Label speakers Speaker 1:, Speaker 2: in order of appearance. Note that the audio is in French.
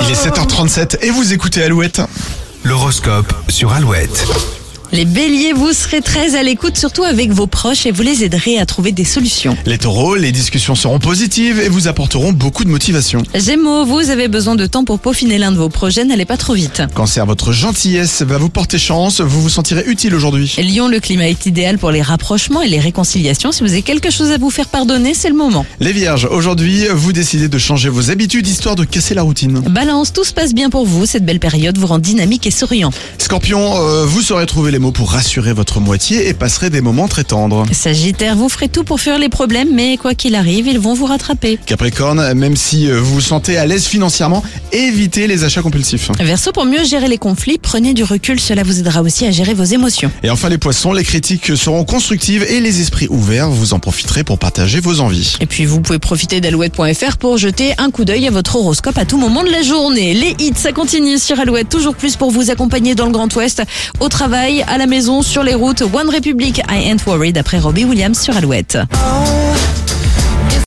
Speaker 1: Il est 7h37 et vous écoutez Alouette.
Speaker 2: L'horoscope sur Alouette.
Speaker 3: Les béliers, vous serez très à l'écoute, surtout avec vos proches, et vous les aiderez à trouver des solutions.
Speaker 1: Les taureaux, les discussions seront positives et vous apporteront beaucoup de motivation.
Speaker 3: Gémeaux, vous avez besoin de temps pour peaufiner l'un de vos projets, n'allez pas trop vite.
Speaker 1: Cancer, votre gentillesse va vous porter chance, vous vous sentirez utile aujourd'hui.
Speaker 3: Lyon, le climat est idéal pour les rapprochements et les réconciliations. Si vous avez quelque chose à vous faire pardonner, c'est le moment.
Speaker 1: Les vierges, aujourd'hui, vous décidez de changer vos habitudes histoire de casser la routine.
Speaker 3: Balance, tout se passe bien pour vous, cette belle période vous rend dynamique et souriant.
Speaker 1: Scorpion, euh, vous saurez trouver les mots pour rassurer votre moitié et passerez des moments très tendres.
Speaker 3: Sagittaire, vous ferez tout pour fuir les problèmes, mais quoi qu'il arrive, ils vont vous rattraper.
Speaker 1: Capricorne, même si euh, vous vous sentez à l'aise financièrement, évitez les achats compulsifs.
Speaker 3: Verseau, pour mieux gérer les conflits, prenez du recul, cela vous aidera aussi à gérer vos émotions.
Speaker 1: Et enfin les poissons, les critiques seront constructives et les esprits ouverts, vous en profiterez pour partager vos envies.
Speaker 3: Et puis vous pouvez profiter d'alouette.fr pour jeter un coup d'œil à votre horoscope à tout moment de la journée. Les hits, ça continue sur Alouette, toujours plus pour vous accompagner dans le Grand Ouest, au travail, à la maison, sur les routes. One Republic, I Ain't Worried après Robbie Williams sur Alouette.
Speaker 4: Oh.